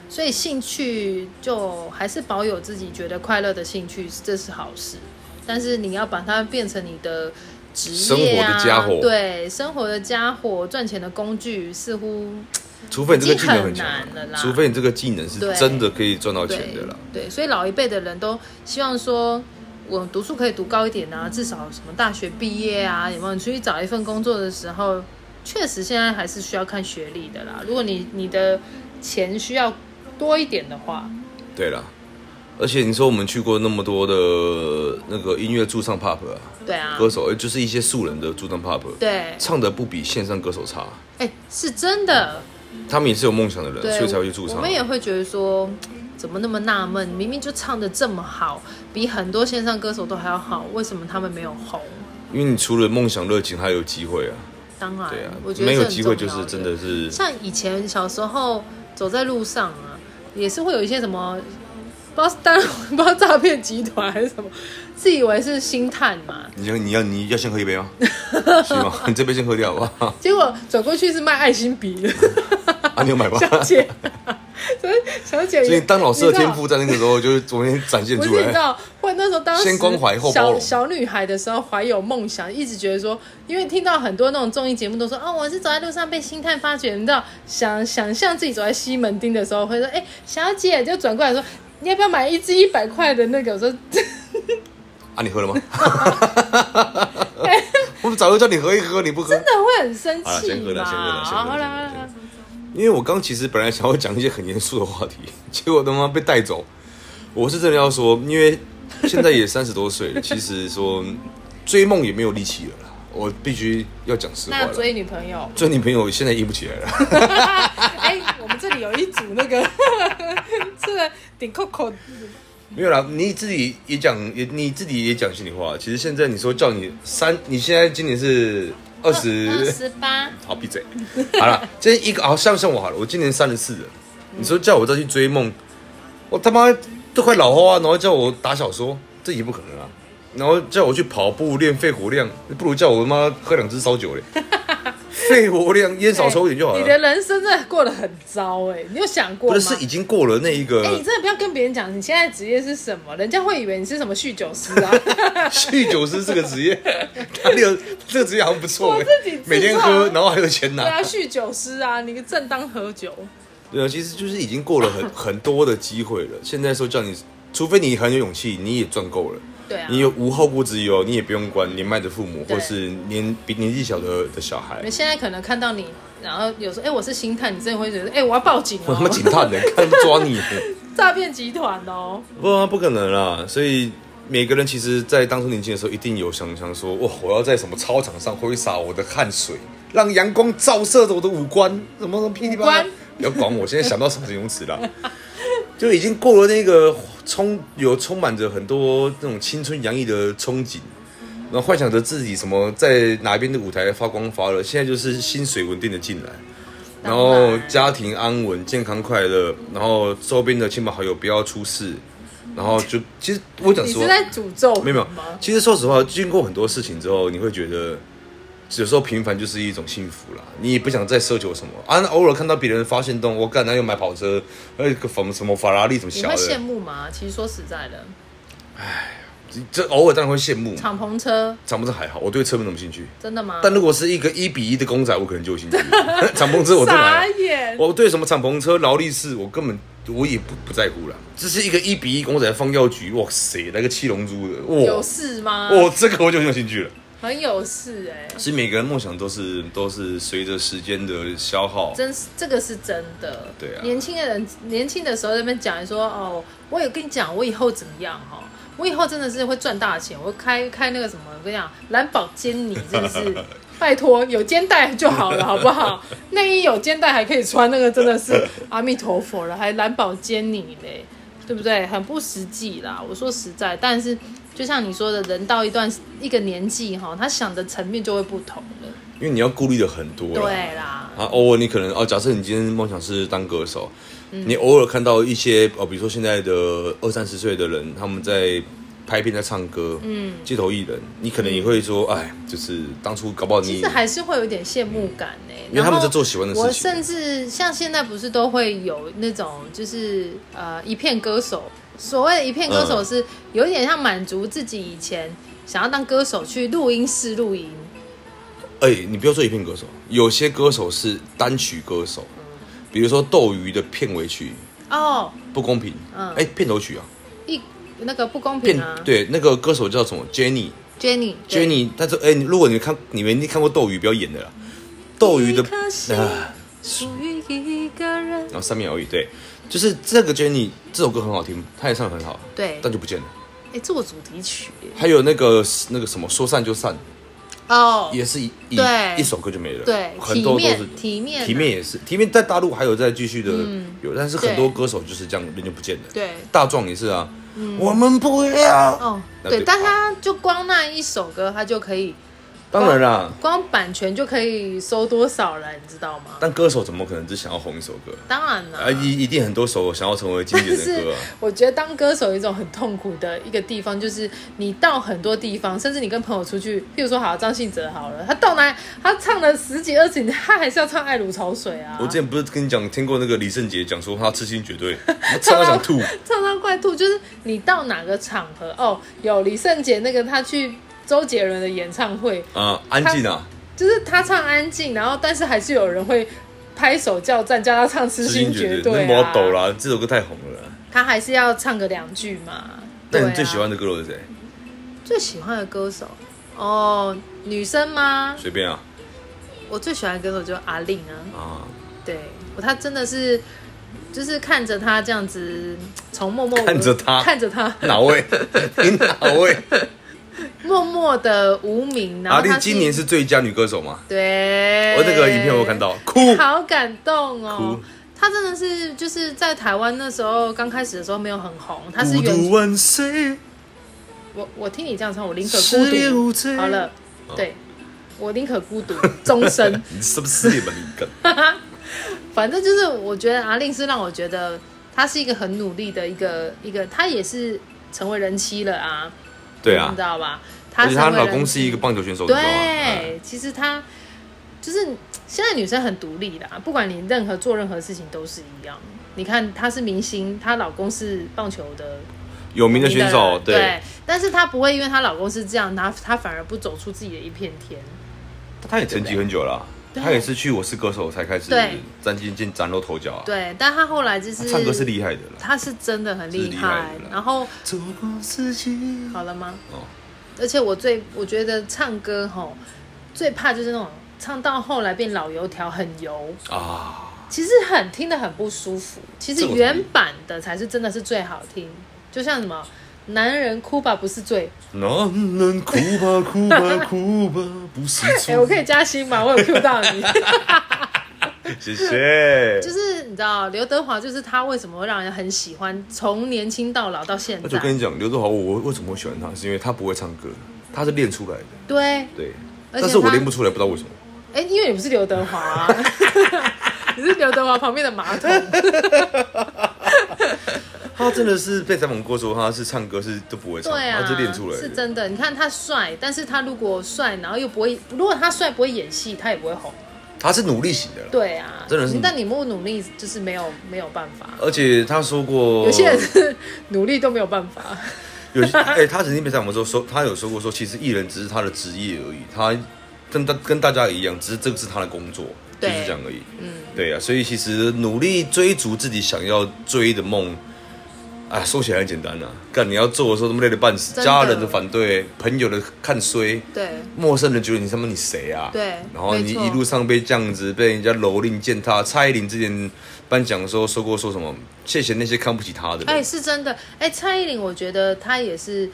Speaker 2: 所以兴趣就还是保有自己觉得快乐的兴趣，这是好事。但是你要把它变成你的职业
Speaker 1: 生活
Speaker 2: 啊，
Speaker 1: 的家伙
Speaker 2: 对，生活的家伙，赚钱的工具，似乎
Speaker 1: 除非你这个技能很强
Speaker 2: 已经很难了
Speaker 1: 啊，
Speaker 2: 啦
Speaker 1: 除非你这个技能是
Speaker 2: 对
Speaker 1: 真的可以赚到
Speaker 2: 对
Speaker 1: 钱的啦。
Speaker 2: 对，所以老一辈的人都希望说。我读书可以读高一点
Speaker 1: 嗯
Speaker 2: 啊，至少什么大学毕业啊，有没有？你出去找一份工作的时候，确实现在还是需要看学历的啦。如果你你的钱需要多一点的话，
Speaker 1: 对啦，而且你说我们去过那么多的那个音乐驻唱 pub 啊，
Speaker 2: 对啊，
Speaker 1: 歌手，呃就是一些素人的驻唱 pub，
Speaker 2: 对，
Speaker 1: 唱的不比线上歌手差，
Speaker 2: 哎、是真的，
Speaker 1: 他们也是有梦想的人，
Speaker 2: 对，
Speaker 1: 所以才会去驻唱啊
Speaker 2: 我们。也会觉得说，怎么那么纳闷？明明就唱的这么好，比很多线上歌手都还要好，为什么他们没有红？
Speaker 1: 因为你除了梦想热情，还有机会啊，
Speaker 2: 当然，
Speaker 1: 对啊
Speaker 2: 我，觉得
Speaker 1: 没有
Speaker 2: 这很
Speaker 1: 机会就
Speaker 2: 重要
Speaker 1: 是真的是
Speaker 2: 像以前小时候走在路上啊，也是会有一些什么，不知道当然 [laughs] 不知道诈骗集团还是什么，自以为是星探嘛，
Speaker 1: 你要你要你要先喝一
Speaker 2: [laughs]
Speaker 1: 杯吗？行吗？ [laughs] 你这杯先喝掉好不好？
Speaker 2: 结果转过去是卖爱心笔
Speaker 1: [laughs]
Speaker 2: 的
Speaker 1: 啊，你有买吧？
Speaker 2: 小姐， [laughs] 所以小姐也，
Speaker 1: 所以当老师的
Speaker 2: 你知道
Speaker 1: 天赋在那个时候就是昨天展现
Speaker 2: 不是
Speaker 1: 出
Speaker 2: 你知
Speaker 1: 来。
Speaker 2: 道，我那时候当时
Speaker 1: 先关怀后包容
Speaker 2: 小小女孩的时候怀有梦想，一直觉得说，因为听到很多那种综艺节目都说，哦，我是走在路上被星探发掘，你知道，想想象自己走在西门町的时候，会说，哎、小姐，就转过来说，你要不要买一支一百块的那个？我说， [laughs]
Speaker 1: 啊，你喝了吗？ [laughs] 我们早就叫你喝一喝，你不喝。
Speaker 2: 真的会很生
Speaker 1: 好了
Speaker 2: 气
Speaker 1: 先喝
Speaker 2: 嘛？
Speaker 1: 了先喝了先喝了先喝
Speaker 2: 好了好
Speaker 1: 了
Speaker 2: 了，
Speaker 1: 因为我刚其实本来想要讲一些很严肃的话题， [laughs] 结果他妈被带 [laughs] 走。我是真的要说，因为现在也三十多岁了，其实说追梦也没有力气了啦。我必须要讲实话
Speaker 2: 那
Speaker 1: 了。
Speaker 2: 追女朋
Speaker 1: [laughs]
Speaker 2: 友， [laughs]
Speaker 1: 追女朋友现在硬不起来了， [laughs]
Speaker 2: 哎、我们这里有一组那个 [laughs] 这个顶扣扣，
Speaker 1: 没有啦。你自己也讲，也你自己也讲心里话。其实现在你说叫你三，你现在今年是二十，
Speaker 3: 哦十八，
Speaker 1: 好闭嘴。 [laughs] 好了，今天一个好像像我好了，我今年三十四了。你说叫我再去追梦，我他妈都快老花、啊，然后叫我打小说，这也不可能啊。然后叫我去跑步练肺活量，不如叫我他妈喝两支烧
Speaker 2: [laughs]
Speaker 1: 酒嘞。肺活量烟少抽一点就好
Speaker 2: 哎你的
Speaker 1: 了。
Speaker 2: 人生真的过得很糟哎、你有想过
Speaker 1: 不
Speaker 2: 吗？
Speaker 1: 是，呃是已经过了那一个
Speaker 2: 哎、你真的不要跟别人讲你现在职业是什么，人家会以为你是什么酗酒师
Speaker 1: [laughs]
Speaker 2: 啊。
Speaker 1: 酗酒师这个职业，他那个这个职业好像不错、
Speaker 2: 我
Speaker 1: 欸
Speaker 2: 自己知道，
Speaker 1: 每天喝，然后还有钱拿。
Speaker 2: 对啊，酗酒师啊，你正当喝酒，
Speaker 1: 对啊，其实就是已经过了
Speaker 2: [laughs]
Speaker 1: 很很多的机会了。现在说叫你，除非你很有勇气，你也赚够了，
Speaker 2: 对啊。
Speaker 1: 你有无后顾之忧，你也不用管年迈的父母
Speaker 2: 对
Speaker 1: 或是年比年纪小的的小孩
Speaker 2: 你。现在可能看到你，然后有时候哎、我是星探，你真的会觉得哎、我要报警
Speaker 1: 我
Speaker 2: 哦
Speaker 1: 他，妈警探的，看抓你！
Speaker 2: [laughs] 诈骗集团哦，
Speaker 1: 不啊，不可能啦。所以每个人其实，在当初年轻的时候，一定有想想说，哇，我要在什么操场上挥洒我的汗水，让阳光照射着我的五官，什么什么噼里啪啦
Speaker 2: 五官。
Speaker 1: 不要管我，现在想到什么形容词啦，就已经过了那个充有充满着很多那种青春洋溢的憧憬。然后幻想着自己什么在哪边的舞台发光发热，现在就是薪水稳定的进来，然后家庭安稳、健康快乐，然后周边的亲朋好友不要出事，然后就其实我想
Speaker 2: 你
Speaker 1: 说
Speaker 2: 是，在诅咒我
Speaker 1: 没有没有
Speaker 2: 吗，？
Speaker 1: 其实说实话，经过很多事情之后，你会觉得有时候平凡就是一种幸福啦，你也不想再奢求什么啊。那偶尔看到别人发现动，我干，哪有买跑车，呃，什么什么法拉利什么
Speaker 2: 你
Speaker 1: 小
Speaker 2: 会羡
Speaker 1: 的，
Speaker 2: 慕吗？其实说实在的，
Speaker 1: 这偶尔当然会羡慕。
Speaker 2: 敞篷车
Speaker 1: 长不是还好，我对车没什么兴趣。
Speaker 2: 真的吗？
Speaker 1: 但如果是一个一比一的公仔，我可能就有
Speaker 2: [laughs]
Speaker 1: 兴趣。敞篷车我真的
Speaker 2: 傻
Speaker 1: 还好，
Speaker 2: 眼，
Speaker 1: 我对什么敞篷车、劳力士，我根本我也不不在乎啦。这是一个一比一公仔放药局，哇塞，那个七龙珠的，
Speaker 2: 有
Speaker 1: 哇，
Speaker 2: 事吗？
Speaker 1: 哇，这个我就很有兴趣了。
Speaker 2: 很有事哎、
Speaker 1: 其实每个人梦想都是都是随着时间的消耗，
Speaker 2: 真是这个是真的。
Speaker 1: 对啊
Speaker 2: 年轻的人年轻的时候在那边讲说哦，我有跟你讲，我以后怎么样哈、哦，我以后真的是会赚大钱，我开开那个什么，我跟你讲，蓝宝坚尼真
Speaker 1: [laughs]
Speaker 2: 的是。拜托，有肩带就好了，好不好？内衣有肩带还可以穿，那个真的是阿弥陀佛了，还蓝宝坚尼嘞，对不对？很不实际啦。我说实在，但是就像你说的，人到一段一个年纪哈，他想的层面就会不同了。
Speaker 1: 因为你要顾虑的很多啦。
Speaker 2: 对啦，
Speaker 1: 啊，偶尔你可能哦，假设你今天梦想是当歌手，
Speaker 2: 嗯
Speaker 1: 你偶尔看到一些哦，比如说现在的二三十岁的人，他们在拍片在唱歌，嗯，街头艺人，你可能也会说，哎，就是当初搞不好
Speaker 2: 其
Speaker 1: 你
Speaker 2: 实，还是会有点羡慕感呢、
Speaker 1: 嗯因为他们
Speaker 2: 然后
Speaker 1: 在做喜欢的事情
Speaker 2: 我甚至像现在不是都会有那种，就是呃，一片歌手。所谓的一片歌手
Speaker 1: 嗯
Speaker 2: 是有一点像满足自己以前想要当歌手去录音室录音，
Speaker 1: 哎，你不要说一片歌手，有些歌手是单曲歌手，比如说斗鱼的片尾曲
Speaker 2: 哦，
Speaker 1: 不公平，
Speaker 2: 嗯
Speaker 1: 哎，片头曲啊，
Speaker 2: 一那个不公
Speaker 1: 片
Speaker 2: 平啊，
Speaker 1: 对，那个歌手叫什么？Jenny。
Speaker 2: ，Jenny 对
Speaker 1: Jenny，但是哎、你如果你看你们你看过斗鱼表演的啦，斗鱼的
Speaker 2: 一颗心
Speaker 1: 啊，
Speaker 2: 属于一个人，
Speaker 1: 然后三秒而已，对，就是这个 Jenny 这首歌很好听，她也唱得很好，
Speaker 2: 对，
Speaker 1: 但就不见了。
Speaker 2: 哎，做主题曲耶
Speaker 1: 还有那个那个什么说散就散，
Speaker 2: 哦，
Speaker 1: 也是一一
Speaker 2: 对
Speaker 1: 一首歌就没了，
Speaker 2: 对，
Speaker 1: 很
Speaker 2: 体
Speaker 1: 多都是
Speaker 2: 面体面啊
Speaker 1: 体面也是体面，在大陆还有在继续的有，但是很多
Speaker 2: 对
Speaker 1: 歌手就是这样人就不见了。
Speaker 2: 对，嗯
Speaker 1: 大壮也是啊，我们不要。
Speaker 2: 哦，
Speaker 1: 那
Speaker 2: 对，
Speaker 1: 就
Speaker 2: 但他就光那一首歌，他就可以
Speaker 1: 当然啦，
Speaker 2: 光版权就可以收多少了，你知道吗？
Speaker 1: 但歌手怎么可能只想要红一首歌？
Speaker 2: 当然了，
Speaker 1: 啊，一一定很多首想要成为经典
Speaker 2: 但
Speaker 1: 的
Speaker 2: 是 [laughs]
Speaker 1: 歌啊。
Speaker 2: 我觉得当歌手有一种很痛苦的一个地方，就是你到很多地方，甚至你跟朋友出去，譬如说好张信哲好了，他到哪他唱了十几二十年，他还是要唱《爱如潮水》啊，
Speaker 1: 我之前不是跟你讲，听过那个李圣杰讲说他痴心绝
Speaker 2: [laughs]
Speaker 1: 对，我唱到想吐。
Speaker 2: 唱到快吐，就是你到哪个场合哦，有李圣杰那个他去周杰伦的演唱会，
Speaker 1: 啊，安静啊，
Speaker 2: 就是他唱安静，然后但是还是有人会拍手叫赞，叫他唱《痴
Speaker 1: 痴
Speaker 2: 心
Speaker 1: 心
Speaker 2: 绝
Speaker 1: 绝
Speaker 2: 对
Speaker 1: 对，》那
Speaker 2: 啊。
Speaker 1: 魔抖啦，这首歌太红了啦。
Speaker 2: 他还是要唱个两句嘛。
Speaker 1: 那
Speaker 2: 对
Speaker 1: 你
Speaker 2: 啊
Speaker 1: 最喜欢的歌手是谁？
Speaker 2: 最喜欢的歌手哦，女生吗？
Speaker 1: 随便啊
Speaker 2: 我最喜欢的歌手就是阿令啊，
Speaker 1: 啊，
Speaker 2: 对我他真的是。就是看着他这样子，从默默
Speaker 1: 看着他 [laughs]
Speaker 2: 看着他，
Speaker 1: 哪位？你哪位？
Speaker 2: 默默的无名，然
Speaker 1: 阿
Speaker 2: 后呃
Speaker 1: 丽
Speaker 2: 她
Speaker 1: 啊今年是最佳女歌手嘛？
Speaker 2: 对，
Speaker 1: 我那个影片我有看到，哭。
Speaker 2: 好感动哦
Speaker 1: 哭。
Speaker 2: 他真的是就是在台湾那时候刚开始的时候没有很红，他是
Speaker 1: 孤独
Speaker 2: 原
Speaker 1: 万岁，
Speaker 2: 我我听你这样唱，我宁可
Speaker 1: 失恋无
Speaker 2: 孤独。
Speaker 1: 罪。
Speaker 2: 好了，对我宁可孤独终身。
Speaker 1: 你是不是失恋吧？你
Speaker 2: [laughs]
Speaker 1: 梗。
Speaker 2: 反正就是我觉得阿令是让我觉得他是一个很努力的一个一个，他也是成为人妻了啊，
Speaker 1: 对
Speaker 2: 你
Speaker 1: 啊
Speaker 2: 知，道吧？
Speaker 1: 而且她
Speaker 2: 成为
Speaker 1: 老
Speaker 2: 人
Speaker 1: 公
Speaker 2: 妻
Speaker 1: 是一个棒球选手，你知道吗？嗯
Speaker 2: 对，其实她就是现在女生很独立啦，不管你任何做任何事情都是一样。你看她是明星，她老公是棒球的
Speaker 1: 有名的选手，
Speaker 2: 对
Speaker 1: 对，
Speaker 2: 但是她不会因为她老公是这样，她她反而不走出自己的一片天。
Speaker 1: 他也沉寂很久了啊。
Speaker 2: 对
Speaker 1: 他也是去《我是歌手》才开始
Speaker 2: 对
Speaker 1: 崭新进崭露头角啊。
Speaker 2: 对，但她后来就是
Speaker 1: 他唱歌是厉害的了。
Speaker 2: 她是真的很
Speaker 1: 是
Speaker 2: 厉
Speaker 1: 厉害的啦
Speaker 2: 然后
Speaker 1: 做过自己。
Speaker 2: 好了吗？
Speaker 1: 哦，
Speaker 2: 而且我最我觉得唱歌吼最怕就是那种唱到后来变老油条，很油。
Speaker 1: 啊，
Speaker 2: 其实很听得很不舒服。其实
Speaker 1: 这我同意
Speaker 2: 原版的才是真的是最好听，就像什么“男人哭吧不
Speaker 1: [laughs]
Speaker 2: 是罪
Speaker 1: 男人哭吧哭
Speaker 2: [laughs]
Speaker 1: 吧哭吧，不是”，
Speaker 2: 哎、
Speaker 1: 错。
Speaker 2: 我可以加薪吗？我有 Q 到你， [laughs]
Speaker 1: 谢谢。
Speaker 2: 就是你知道刘德华，就是他为什么会让人很喜欢，从年轻到老到现
Speaker 1: 那就跟
Speaker 2: 在，
Speaker 1: 你讲，刘德华，我为什么会喜欢他，是因为他不会唱歌，他是练出来的，
Speaker 2: 对，
Speaker 1: 对。
Speaker 2: 而且
Speaker 1: 但是我
Speaker 2: 他
Speaker 1: 练不出来，不知道为什么。
Speaker 2: 哎、因为你不是刘德华、啊， [laughs] 你是刘德华旁边的马桶，
Speaker 1: 他真的是被采访过说他是唱歌是都不会唱，
Speaker 2: 对啊，
Speaker 1: 他是练出来的。
Speaker 2: 是真的。你看他帅，但是他如果帅，然后又不会，如果他帅不会演戏，他也不会红。
Speaker 1: 他是努力型的啦。
Speaker 2: 对啊，
Speaker 1: 真的是
Speaker 2: 但你不努力就是没有没有办法。
Speaker 1: 而且他说过，
Speaker 2: 有些人是努力都没有办法，
Speaker 1: 有些哎、他曾经被采访的时候说，他有说过说，其实艺人只是他的职业而已，他跟大跟大家一样，只是这个是他的工作，就
Speaker 2: 对
Speaker 1: 是这样而已。嗯，对啊，所以其实努力追逐自己想要追的梦。啊，说起来很简单啊，干你要做的时候，他妈累得半死，
Speaker 2: 真的
Speaker 1: 家人的反对，朋友的看衰，
Speaker 2: 对
Speaker 1: 陌生人觉得你他妈你谁啊？
Speaker 2: 对
Speaker 1: 然后你
Speaker 2: 没错
Speaker 1: 一路上被这样子，被人家蹂躏践踏。蔡依林之前颁奖的时候说过，说什么谢谢那些看不起她的人。
Speaker 2: 哎、是真的。哎、蔡依林，我觉得她也是，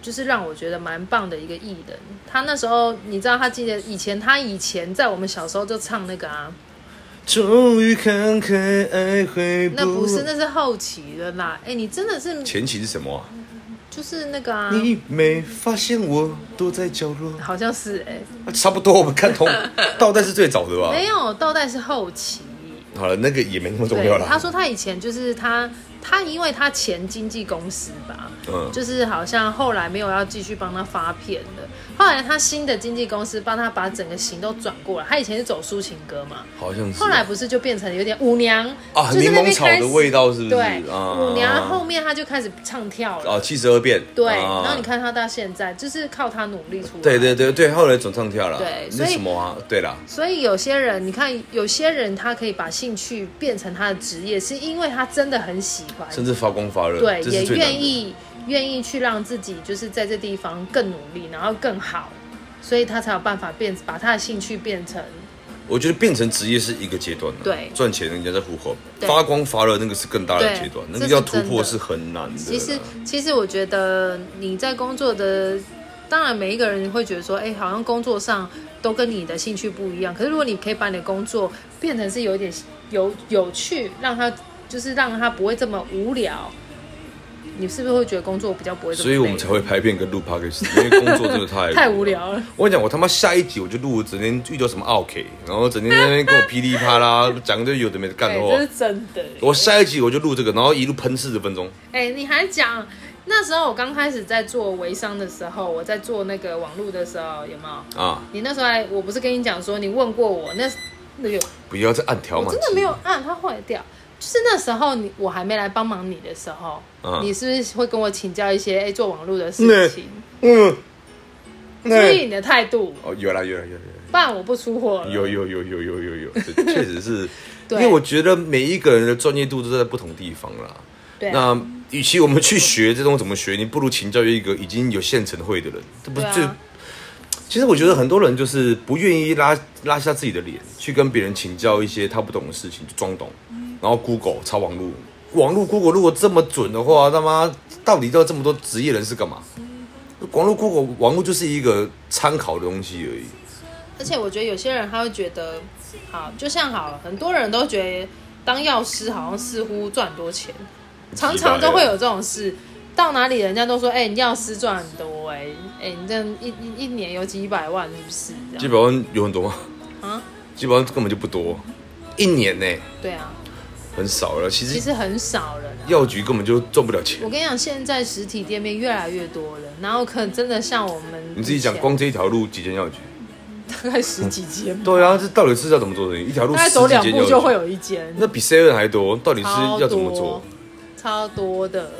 Speaker 2: 就是让我觉得蛮棒的一个艺人。她那时候，你知道，她记得以前，她以前在我们小时候就唱那个啊，
Speaker 1: 终于看开，爱会
Speaker 2: 那不是，那是后期的啦。哎、你真的是
Speaker 1: 前期是什么啊、
Speaker 2: 就是那个啊，
Speaker 1: 你没发现我躲在角落？
Speaker 2: 好像是哎、
Speaker 1: 啊差不多，我们看 [laughs] 同倒带是最早的吧？
Speaker 2: 没有倒带是后期。
Speaker 1: 好了，那个也没那么重
Speaker 2: 对
Speaker 1: 要，了。
Speaker 2: 他说他以前就是他，他因为他前经纪公司吧，
Speaker 1: 嗯
Speaker 2: 就是好像后来没有要继续帮他发片了。后来他新的经纪公司帮他把整个型都转过来，他以前是走抒情歌嘛，
Speaker 1: 好像是。
Speaker 2: 后来不是就变成有点舞娘
Speaker 1: 啊，
Speaker 2: 就是
Speaker 1: 柠
Speaker 2: 那边
Speaker 1: 檬草的味道是不是？
Speaker 2: 对，
Speaker 1: 啊
Speaker 2: 舞娘后面他就开始唱跳了，
Speaker 1: 啊，七十二变。
Speaker 2: 对，
Speaker 1: 啊
Speaker 2: 然后你。看他到现在就是靠他努力出来，
Speaker 1: 对对对对，后来转唱跳了。
Speaker 2: 对
Speaker 1: 那
Speaker 2: 所以
Speaker 1: 什么啊？对啦，
Speaker 2: 所以有些人，你看，有些人他可以把兴趣变成他的职业，是因为他真的很喜欢，
Speaker 1: 甚至发光发热，
Speaker 2: 对，
Speaker 1: 这
Speaker 2: 也
Speaker 1: 是最难的
Speaker 2: 愿。意愿意去让自己就是在这地方更努力，然后更好，所以他才有办法变把他的兴趣变成
Speaker 1: 我觉得变成职业是一个阶段、啊，
Speaker 2: 对
Speaker 1: 赚钱人家在糊口，
Speaker 2: 对
Speaker 1: 发光发热那个是更大的
Speaker 2: 对
Speaker 1: 阶段，那
Speaker 2: 这
Speaker 1: 个
Speaker 2: 是
Speaker 1: 要突
Speaker 2: 真
Speaker 1: 破
Speaker 2: 的
Speaker 1: 是很难的啦。
Speaker 2: 其实，其实我觉得你在工作的，当然每一个人会觉得说，哎、好像工作上都跟你的兴趣不一样。可是如果你可以把你的工作变成是有一点有有趣，让它就是让它不会这么无聊，你是不是会觉得工作比较不会这么
Speaker 1: 所
Speaker 2: 累？
Speaker 1: 以我们才会拍片跟录 podcast，因为工作真的太
Speaker 2: 太无聊了。
Speaker 1: 我跟你讲，我他妈下一集我就录，整天遇到什么 OK，然后整天在那边跟我噼里啪啦讲一堆有的没的干
Speaker 2: 哎、
Speaker 1: 的话
Speaker 2: 这。是真的。
Speaker 1: 我下一集我就录这个，然后一路喷四十分钟。
Speaker 2: 哎、你还讲那时候我刚开始在做微商的时候，我在做那个网络的时候，有没有？
Speaker 1: 啊！
Speaker 2: 你那时候还我不是跟你讲说，你问过我那那个。
Speaker 1: 不要再按条码
Speaker 2: 我
Speaker 1: 机，
Speaker 2: 真的没有按，它坏掉。就是那时候你我还没来帮忙你的时候，
Speaker 1: 嗯
Speaker 2: 你是不是会跟我请教一些哎、做网络的
Speaker 1: 那
Speaker 2: 事情？
Speaker 1: 嗯，
Speaker 2: 注
Speaker 1: 那
Speaker 2: 意你的态度，
Speaker 1: 哦，有啦有啦有啦有啦
Speaker 2: 不然我不出货了。
Speaker 1: 有有有有有有有，这确实是，因
Speaker 2: 对
Speaker 1: 为我觉得每一个人的专业度都在不同地方啦。
Speaker 2: 对啊，
Speaker 1: 那与其我们去学这种怎么学，你不如请教一个已经有现成会的人，这不是
Speaker 2: 对啊
Speaker 1: 最。其实我觉得很多人就是不愿意拉拉下自己的脸，去跟别人请教一些他不懂的事情，就装懂，然后 Google 查网路，网路 Google 如果这么准的话，他妈到底要这么多职业人士干嘛？网络 Google 网络就是一个参考的东西而已。
Speaker 2: 而且我觉得有些人他会觉得，好，就像好了，很多人都觉得当药师好像似乎赚很多钱，常常都会有这种事。到哪里人家都说，哎、你药师赚很多、哎，哎，你这样一一一年有几百万是不是？这
Speaker 1: 基
Speaker 2: 样
Speaker 1: 本上有很多吗？
Speaker 2: 啊，
Speaker 1: 基本上根本就不多，一年呢、
Speaker 2: 对啊，
Speaker 1: 很少了。其
Speaker 2: 其
Speaker 1: 实
Speaker 2: 实很少人、啊。
Speaker 1: 药局根本就赚不了钱
Speaker 2: 我。跟你讲，现在实体店面越来越多了，然后可能真的像我们
Speaker 1: 你自己讲，
Speaker 2: 以前
Speaker 1: 光这一条路几间药局？
Speaker 2: 大概十几间
Speaker 1: [laughs]
Speaker 2: 吧，
Speaker 1: 对啊，这到底是要怎么做生意？一条路
Speaker 2: 大概
Speaker 1: 十
Speaker 2: 走
Speaker 1: 几
Speaker 2: 两
Speaker 1: 间
Speaker 2: 步就
Speaker 1: 药
Speaker 2: 会
Speaker 1: 局，
Speaker 2: 有一间，
Speaker 1: 那比 seven 还多，到底是
Speaker 2: 超
Speaker 1: 要怎么
Speaker 2: 多
Speaker 1: 做？
Speaker 2: 超多的。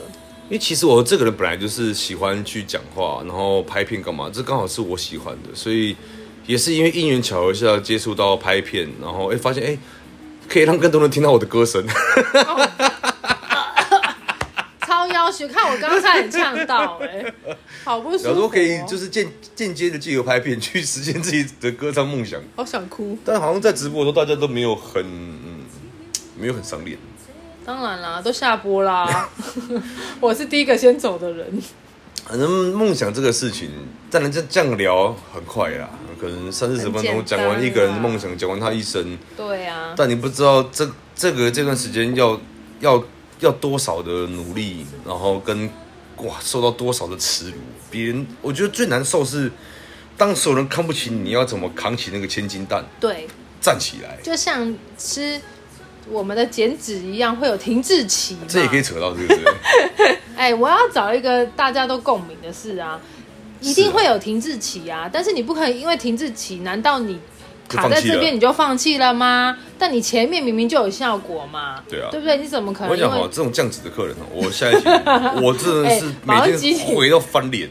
Speaker 1: 因为其实我这个人本来就是喜欢去讲话，然后拍片干嘛，这刚好是我喜欢的，所以也是因为因缘巧合下接触到拍片，然后哎、发现哎、可以让更多人听到我的歌
Speaker 2: [laughs]
Speaker 1: 声，
Speaker 2: 超要求，看我刚才很呛到哎、
Speaker 1: [laughs]
Speaker 2: 好不舒服、
Speaker 1: 然
Speaker 2: 哦。
Speaker 1: 后说可以就是间间接的借由拍片去实现自己的歌唱梦想。
Speaker 2: 好想哭。
Speaker 1: 但好像在直播的时候，大家都没有很嗯，没有很赏脸。
Speaker 2: 当然啦，都下播
Speaker 1: [laughs]
Speaker 2: 啦，我是第一个先走的人。
Speaker 1: 反正梦想这个事情，当然这这样聊很快啦，可能三四十分
Speaker 2: 很简
Speaker 1: 钟
Speaker 2: 单
Speaker 1: 讲完一个人的
Speaker 2: 啦
Speaker 1: 梦想，讲完他一生。
Speaker 2: 对啊，
Speaker 1: 但你不知道这这个这段时间要要要多少的努力，然后跟哇受到多少的耻辱，别人我觉得最难受是当所有人看不起你，你要怎么扛起那个千斤担
Speaker 2: 对，
Speaker 1: 站起来？
Speaker 2: 就像吃我们的减脂一样，会有停滞期嘛。
Speaker 1: 这也可以扯到这个，
Speaker 2: [laughs]
Speaker 1: 对不对？
Speaker 2: 哎、我要找一个大家都共鸣的事啊，一定会有停滞期啊，但是你不可以因为停滞期，难道你
Speaker 1: 就
Speaker 2: 卡
Speaker 1: 放
Speaker 2: 在
Speaker 1: 弃
Speaker 2: 这
Speaker 1: 了
Speaker 2: 边你就放弃了吗？但你前面明明就有效果嘛，
Speaker 1: 对啊
Speaker 2: 对不对？你怎么可
Speaker 1: 我
Speaker 2: 能
Speaker 1: 跟你讲
Speaker 2: 因
Speaker 1: 哈
Speaker 2: 为，
Speaker 1: 这种这样子的客人哦，我下一集我真的是
Speaker 2: [laughs] 哎马上
Speaker 1: 每
Speaker 2: 集
Speaker 1: 天
Speaker 2: 体
Speaker 1: 回到翻
Speaker 2: [laughs]
Speaker 1: 脸，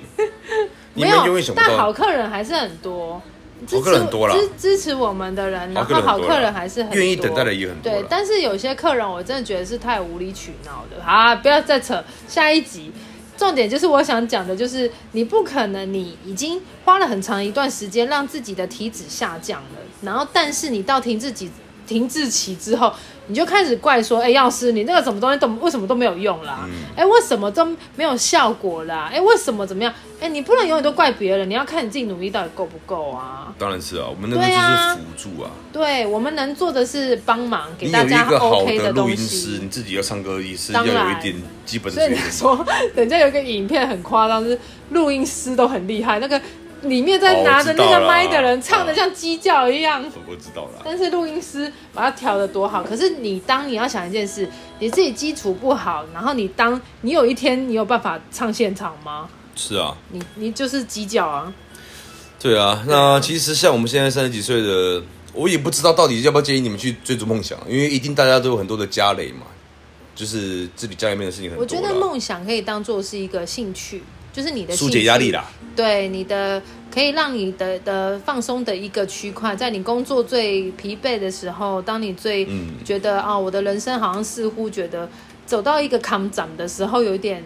Speaker 1: 你
Speaker 2: 没
Speaker 1: 们
Speaker 2: 有
Speaker 1: 永远想不
Speaker 2: 但好
Speaker 1: 到，
Speaker 2: 客人还是很多。支
Speaker 1: 好客
Speaker 2: 持
Speaker 1: 人很多啦
Speaker 2: 支支持我们的人，然后
Speaker 1: 好
Speaker 2: 好
Speaker 1: 客人很多啦
Speaker 2: 客人还是很多
Speaker 1: 愿意等待的也很多啦
Speaker 2: 对，但是有些客人我真的觉得是太无理取闹的啊！不要再扯下一集。重点就是我想讲的，就是你不可能，你已经花了很长一段时间让自己的体脂下降了，然后但是你到停滞期停滞期之后，你就开始怪说，哎、药师，你那个什么东西都为什么都没有用啦？
Speaker 1: 嗯
Speaker 2: 哎、为什么都没有效果啦？哎、为什么怎么样？哎、你不能永远都怪别人，你要看你自己努力到底够不够啊！
Speaker 1: 当然是啊，我们那个
Speaker 2: 对啊
Speaker 1: 就是辅助啊。
Speaker 2: 对我们能做的是帮忙给
Speaker 1: 你
Speaker 2: 大
Speaker 1: 有一
Speaker 2: 家
Speaker 1: 个好
Speaker 2: OK
Speaker 1: 的录
Speaker 2: 东
Speaker 1: 音师，
Speaker 2: 西
Speaker 1: 你。自己要唱歌也是要
Speaker 2: 当然
Speaker 1: 有一点基本的
Speaker 2: 所以
Speaker 1: 水
Speaker 2: 你
Speaker 1: 平。
Speaker 2: 说，人家有一个影片很夸张，就是录音师都很厉害，那个里面在拿着那
Speaker 1: 哦我知道啦
Speaker 2: 个麦的人唱的
Speaker 1: 嗯
Speaker 2: 像鸡叫一样。
Speaker 1: 我我知道啦，
Speaker 2: 但是录音师把它调的多好，可是你当你要想一件事，你自己基础不好，然后你当你有一天你有办法唱现场吗？
Speaker 1: 是啊，
Speaker 2: 你你就是鸡叫啊，
Speaker 1: 对啊。那其实像我们现在三十几岁的，我也不知道到底要不要建议你们去追逐梦想，因为一定大家都有很多的家累嘛，就是自己家里面的事情很多
Speaker 2: 我
Speaker 1: 啦。
Speaker 2: 觉得梦想可以当做是一个兴趣，就是你的
Speaker 1: 疏
Speaker 2: 兴
Speaker 1: 解
Speaker 2: 趣
Speaker 1: 压力啦，
Speaker 2: 对你的可以让你的的放松的一个区块，在你工作最疲惫的时候，当你最
Speaker 1: 嗯
Speaker 2: 觉得啊、我的人生好像似乎觉得走到一个坎展的时候，有一点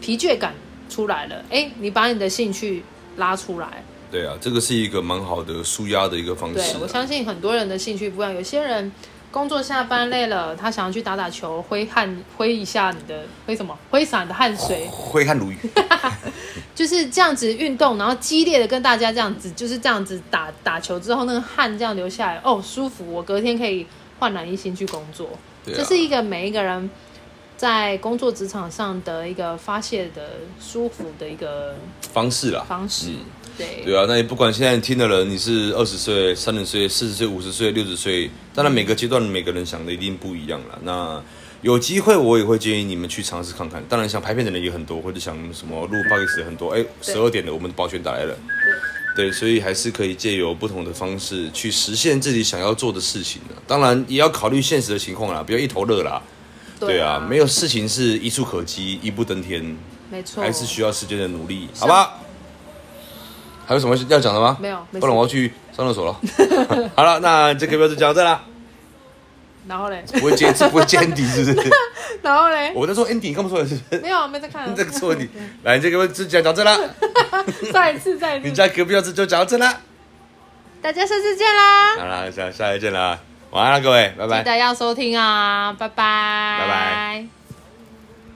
Speaker 2: 嘖疲倦感出来了。哎，你把你的兴趣拉出来，
Speaker 1: 对啊，这个是一个蛮好的舒压的一个方式
Speaker 2: 对
Speaker 1: 啊。
Speaker 2: 我相信很多人的兴趣不一样，有些人。工作下班累了，他想要去打打球，挥汗挥一下你的挥什么挥洒你的汗水，
Speaker 1: 挥汗如雨，
Speaker 2: 就是这样子运动，然后激烈的跟大家这样子，就是这样子打打球之后，那个汗这样流下来，哦，舒服，我隔天可以焕然一新去工作。
Speaker 1: 对啊
Speaker 2: 这是一个每一个人在工作职场上的一个发泄的舒服的一个
Speaker 1: 方式啦。
Speaker 2: 方式。对，
Speaker 1: 嗯对啊，那也不管现在听的人，你是二十岁、三十岁、四十岁、五十岁、六十岁，当然每个阶段每个人想的一定不一样啦。那有机会我也会建议你们去尝试看看。当然，想拍片的人也很多，或者想什么录 p o d c a 很多。哎，十二点了，我们的保全打来了。对，所以还是可以借由不同的方式去实现自己想要做的事情的。当然，也要考虑现实的情况啦，不要一头热啦。对啊，没
Speaker 2: 有，
Speaker 1: 有事情是一触可及、一步登天，
Speaker 2: 没错，
Speaker 1: 还是需要时间的努力，好吧？还有什么要讲的吗？
Speaker 2: 没有没事
Speaker 1: 不然我要去上厕所了。好了， [laughs] 那这个标志讲到这啦，
Speaker 2: 然后嘞， [laughs]
Speaker 1: 不会接不会接 Andy 是不是？
Speaker 2: 然后嘞，
Speaker 1: 我在说 Andy，你干嘛说的是 [laughs] 不是？。
Speaker 2: 没有，没在看啊
Speaker 1: 这个错你，来这个就讲到这啦，
Speaker 2: 再一次，再一
Speaker 1: 你
Speaker 2: 次，
Speaker 1: 家隔壁标志就讲到这啦。
Speaker 2: 大家下次见啦！
Speaker 1: 好啦，下下一见啦，晚安啦各位，拜拜
Speaker 2: 记。得要收听啊，拜拜，
Speaker 1: 拜拜。